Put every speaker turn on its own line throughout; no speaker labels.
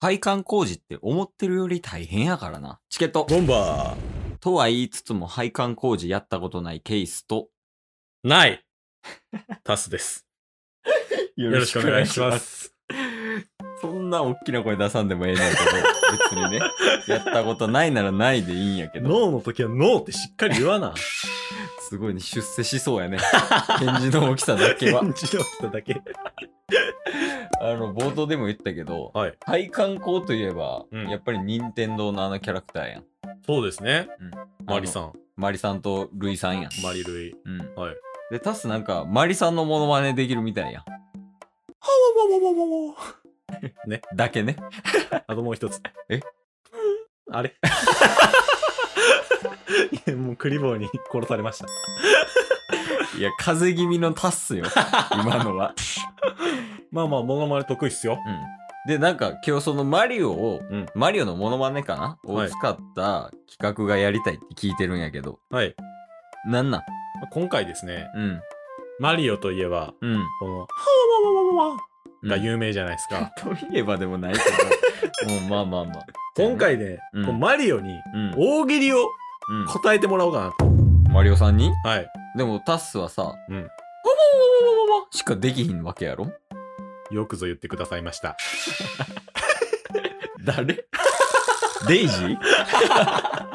配管工事って思ってるより大変やからな。チケット。
ボンバ
とは言いつつも配管工事やったことないケースと、
ー、ない。タスです。
よ
よろしくお願いしま。す。
そんな大きな声出さんでもええねんけど、別にね、やったことないならないでいいんやけど、
ノーの時はノーってしっかり言わ な。
すごいね、出世しそうやね。返事の大きさだ けは。
返事の人だけ。
あの、冒頭でも言ったけど、
はい。
配管工といえば、
うん
やっぱり任天堂のあのキャラクターやん。
そうですね。マリさ
ん。
ん。
マリさんとルイさんやん。
マリルイ。
うん。
はい。
で、タスなんか、マリさんのモノマネできるみたいやん。
わわわわわわ。
だけね。
あともう一つ。
え
あ れいやもうクリボーに殺されました。
いや、風邪気味のタスよ。今のは。
まあまあ、モノマネ得意っすよ。
うん。で、なんか今日そのマリオを、
うん
マリオのモノマネかな
は
を
い
使った企画がやりたいって聞いてるんやけど。
はい。
なんなん
今回ですね、
うん。
マリオといえば、
うん。
この、ハワワワワワワ
うん
が有名じゃないですか。
といえばでもないけど。うん、まあまあまあ。
今回ね、
うん
こうマリオに
うん、
大喜利を
うん
答えてもらおうかなと。
マリオさんに
はい。
でもタッスはさ、
うん
わわわわわわしかできひんわけやろ
よくぞ言ってくださいました。
誰デイジー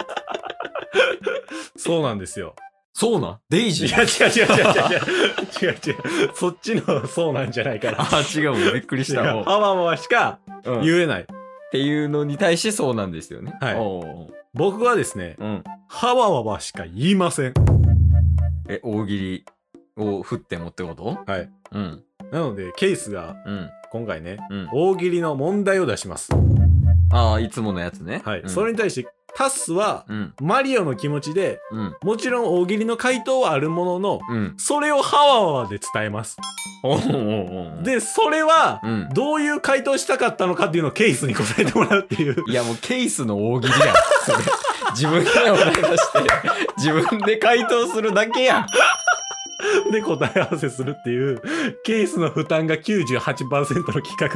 そうなんですよ。
そうなんデイ
い
ジー
や、違う違う違う違う違う。違う違う。そっちのそうなんじゃないから。
あ、違うもん、びっくりした
違
も
う
う
ハワワワしか
うんっ
言えない。
ていうのに対してそうなんですよね。
はい
おうおう
僕はですね、
うん。
ハワワワしか言いません。
え、大喜利を振ってもってこと
はい。
うん。
なので、ケースが
うん。
今回ね、
うん。
大喜利の問題を出します。
ああ、いつものやつね。
はい。
うん、
それに対して、タスは、
うん。
マリオの気持ちで、
うん。
もちろん大喜利の回答はあるものの、
うん。
それをハワワワで伝えます。
おうおうおう、
で、それは、
うん。
どういう回答したかったのかっていうのをケースに答えてもらうっていう。
いやもうケースの大喜利 やん。それ。自分でお題出して、自分で回答するだけやん。
で、答え合わせするっていう、ケースの負担が98%の企画で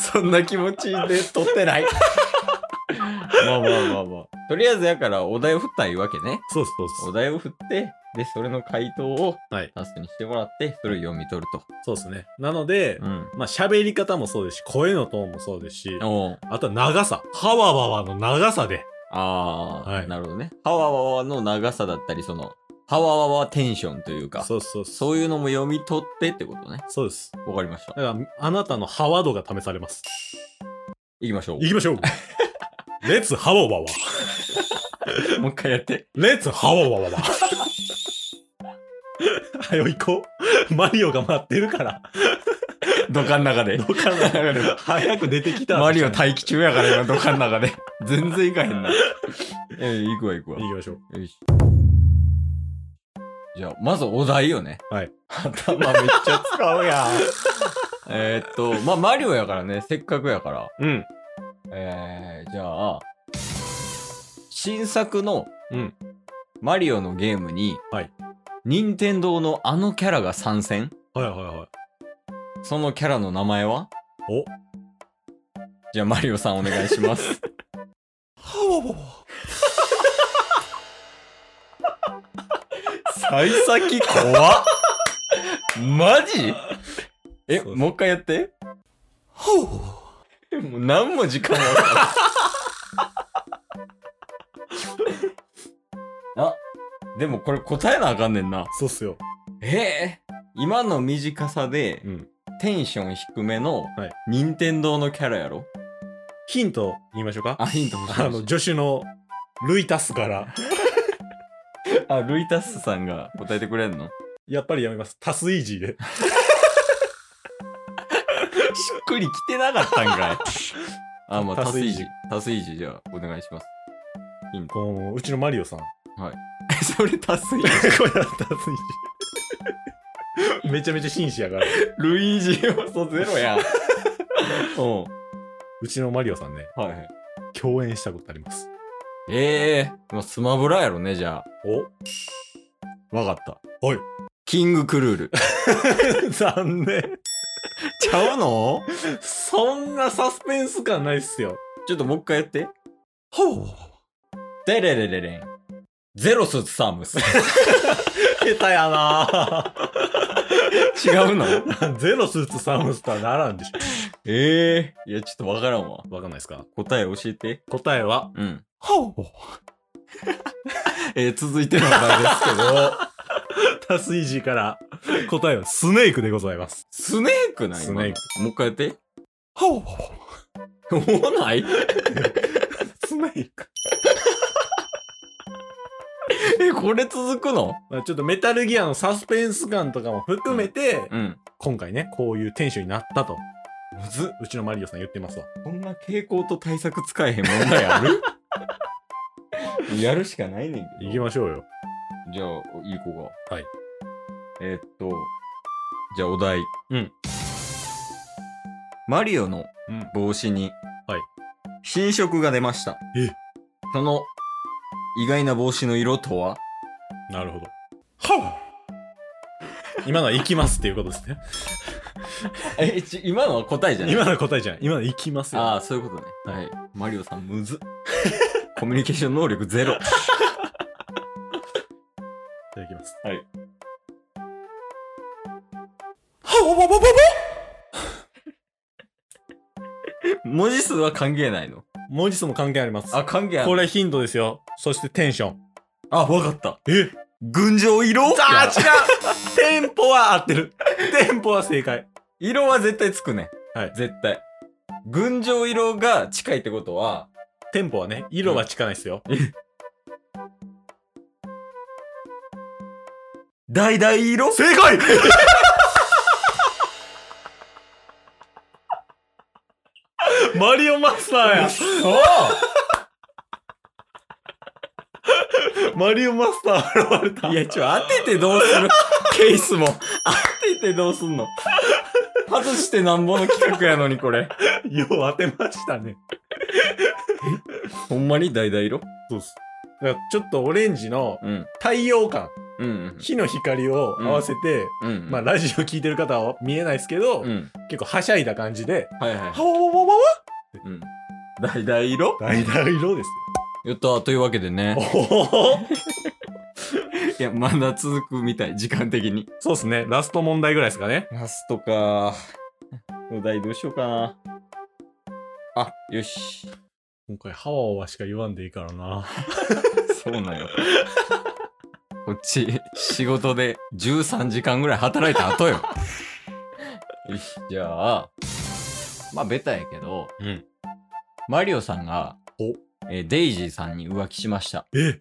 そんな気持ちで取ってない。まあまあまあまあ。とりあえずやからお題を振ったらいいわけね。
す。そうそうそ
お
う。
題を振って、で、それの回答を
はい
タスにしてもらって、それを読み取ると。
そうですね。なので、
うん。
まあ、喋り方もそうですし、声のトーンもそうですし、
おう
あとは長さ。ハワワワの長さで。
ああ、
はい
なるほどね。ハワワワの長さだったり、その、ハワワワテンションというか、
そうそうそう。
そういうのも読み取ってってことね。
そうです。
わかりました。
だから、あなたのハワードが試されます。
行きましょう。
行きま しょう。レッツハワワワ。
もう一回やって。
レッツハワワ ワワ。はよ行こう。マリオが待ってるから。
土管の中で
ど。うかな早く出てきた。
マリオ
行
待機中やから今、土管の中で。全然行かへ んな。え、行くわ行くわ。
きましょう。
よし。じゃあ、まずお題よね。
はい。
頭めっちゃ使うやん。 えーっと、まあ、マリオやからね、せっかくやから。
うん。
えー、じゃあ、新作の、
うん
マリオのゲームに、
はい
任天堂のあのキャラが参戦
はいはいはい。
そのキャラの名前は
お
じゃあ、マリオさんお願いし ます。
ハワワワ。
幸先怖っマジえ、
そうそう
もう一回やって。
ハワワワ。
もう何も時間もない。 あ、でもこれ答えなあかんねんな。
そうっすよ。
ええ今の短さで、
ん。
テンション低めの
はい、
任天堂のキャラやろ
ヒント言いましょうか。
あ、ヒント欲しい
あの、助手のルイタスから、
あ、ルイタスさんが答えてくれん の
やっぱりやめます。タスイージーで。
しっくりきてなかったん かい。あ、まあ、
タ
タス
ス
イ
イ
ー
ージ
ジ。タスイージ、じゃあ、お願いします。
このうちのマリオさん。 こ
え、 それタスイージ。
れはタスイージー。めちゃめちゃ紳士やから。
ルイージ要素ゼロ やん。うん。
うちのマリオさんね、
はいはい。
共演したことあります。
ええまあ、スマブラやろね、じゃ
お
あ。わかった。
はい。
キングクルール。
残念。
ちゃうの
そんなサスペンス感ないっすよ。
ちょっともう一回やって。
ほう。
デレレレレン。ゼロスサ ムス。
下手やな
違うの
ゼロスーツサムスターならんでし
ええいや、ちょっとわからんわ。
ょ。わかんないですか
答え教えて。
答えは、
うん。
ほう。
えー、続いての話ですけど、
タスイジーから答えはスネークでございます。
スネークなん今の
スネー
もう一回やって。
ほう。
もうない
スネーク。
え、これ続くの
まあちょっとメタルギアのサスペンス感とかも含めて、
うん。
今回ね、こういうテンションになったと、
むずっ
うちのマリオさん言ってますわ。
こんな傾向と対策使えへん問題あ るやるしかないねんけ
行
ど。
きましょうよ。
じゃあ、いい子が。
はい。
えーっと、じゃあお題。
うん。
マリオの
うん。
帽子に、
はい。
新色が出ました。
え
その、意外な帽子の色とは
なるほど。はう今のは行きますっていうことですね。
え、ち、今のは答えじゃない
今の答えじゃない。今の行きますよ。
ああ、そういうことね。はい。マリオさん、むずっ。コミュニケーション能力ゼロ。
いただきます。
はい。
はおぼぼぼぼ
文字数は関係ないの。
文字数も関係あります。
あ、関係ある。
これヒントですよ。そしてテンション。
あ、わかった。
え
群青色
あ
いや
ー違うテンポは合ってる。テンポは正解。
色は絶対つくね。
はい
絶対。群青色が近いってことは、
テンポはね、色は近ないですよ。
橙色
正解マリオマスターや
そう
マリオマスター現れた
いや、ちょ、当ててどうす るケースも。当ててどうすんの外してなんぼの企画やのに、これ。
よう当てましたね。
ほんまに橙色
そうっす。だからちょっとオレンジの
うん。
太陽感、
うんうん。
火の光を合わせて、
うんうん。
まあラジオ聞いてる方は見えないですけど、
うん。
結構はしゃいだ感じで、
はいはい。
はわわわわわ
うん。橙色
だいだい色です
やったーというわけで
よ。
ね。
おー
いや、まだ続くみたい、時間的に。
そうっすね。ラスト問題ぐらいですかね。
ラスト かお題どうしようかな。あ、よし。
今回、ハワワしか言わんでいいからな。
そうなんよ。こっち、仕事で13時間ぐらい働いた後よ。よし、じゃあ、まあ、ベタやけど、
うん
マリオさんが
お、
えーデイジーさんに浮気しました。
え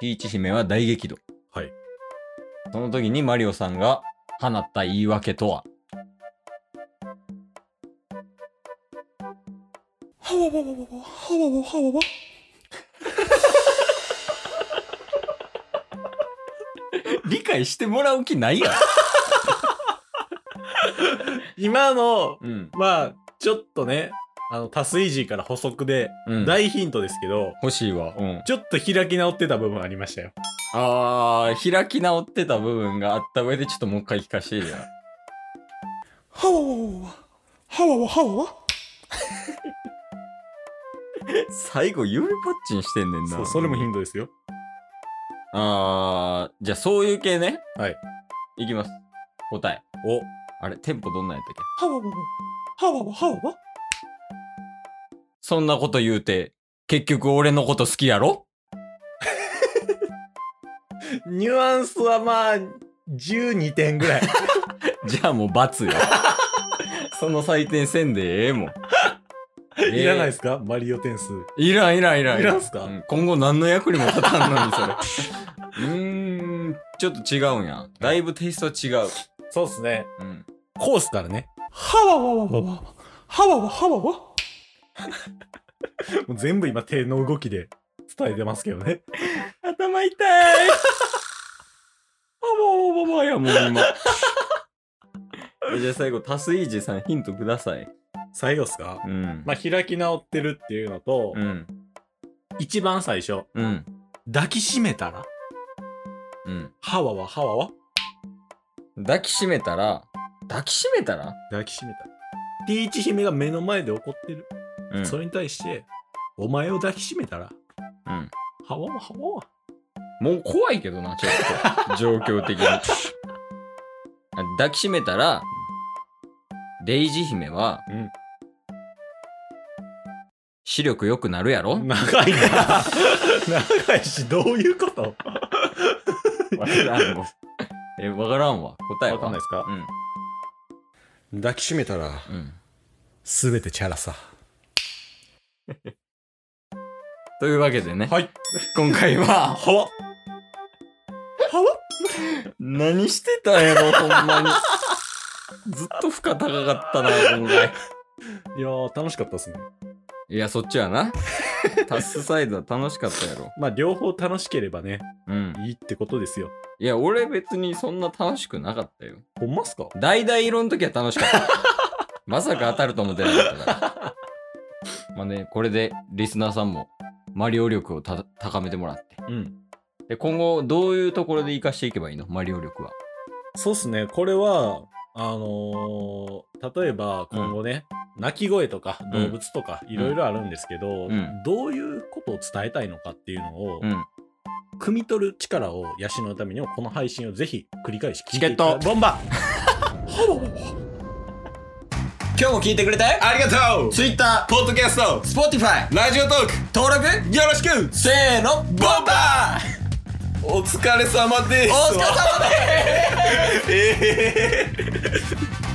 ピーチ姫は大激怒。
はい。
その時にマリオさんが放った言い訳とは
ハワワワワワ、ハワワハワワ。
理解してもらう気ないやん。
今の、
うん。
まあ、ちょっとね、あの、タスイージーから補足で、
うん、
大ヒントですけど、
欲しいわ。うん。
ちょっと開き直ってた部分ありましたよ。
あー、開き直ってた部分があった上で、ちょっともう一回聞かせてや。
ハワワワ、ハワワハワワ。
最後、指パッチンしてんねんな。
そう、それもヒントですよ。
あー、じゃあそういう系ね。
はい。
いきます。答え。
お、
あれ、テンポどんなんやったっけ
ハワワワ、ハワワハワワ。
そんなこと言うて、結局俺のこと好きやろ
ニュアンスはまあ、12点ぐら い。
じゃあもう罰 よ。その採点せんでええもん。
いらない
っ
ですかマリオ点数。
いらんいらんいらん
いらんっすか
うん今後何の役にも立たんのにそれ うーんちょっと違うんやだいぶテイストは違う、
そうっすね。
うん、
コースからね。ハワワワワワ、ハワワハ ワワ。もう全部今手の動きで伝えてますけどね。
頭痛いあもうもうもうやもう今 えじゃあ最後タスイージーさんヒントください
最後っすか
うん、
まあ、開き直ってるっていうのと、
うん
一番最初、
うん
抱きしめたら、
うん
ハワワハワワ。
抱きしめたら抱きしめたら
抱きしめたら。ピーチ姫が目の前で怒ってる。
うん。
それに対して、お前を抱きしめたら、
うん
はわわはわわ。
もう怖いけどな、ちょ っと。状況的に。あ抱きしめたら、デイジ姫は、
うん
視力良くなるやろ
長いな。 長いし、どういうこと
わからんわ。 え、わからんわ。答えは。
わかんないですか
うん。
抱きしめたら、
うん。
すべてチャラさ。
というわけでね、
はい。
今回は、
はわ。はわ
何してたんやろ、ほんまに。ずっと負荷高かったな、今回。
いやー、楽しかったですね。
いや、そっちはな。タッスサイドは楽しかったやろ。
まあ、両方楽しければね、
うん。
いいってことですよ。
いや、俺別にそんな楽しくなかったよ。
ほんまっすか
大々色の時は楽しかった。まさか当たると思ってなかったから。まあね、これでリスナーさんもマリオ力をた高めてもらって。
うん。
で、今後どういうところで活かしていけばいいのマリオ力は。
そうっすね。これは、あのー例えば今後ね、鳴き声とか動物とかいろいろあるんですけど、
うん
どういうことを伝えたいのかっていうのを、
うん。
汲み取る力を養うためにもこの配信をぜひ繰り返し聞いてい
チケット
ボンバ
今日も聞いてくれてありがとう !Twitter、ポッドキャスト、Spotify、ラジオトーク、登録よろしくせーの、ボンバー
お疲れ様です。
お疲れ様です
えー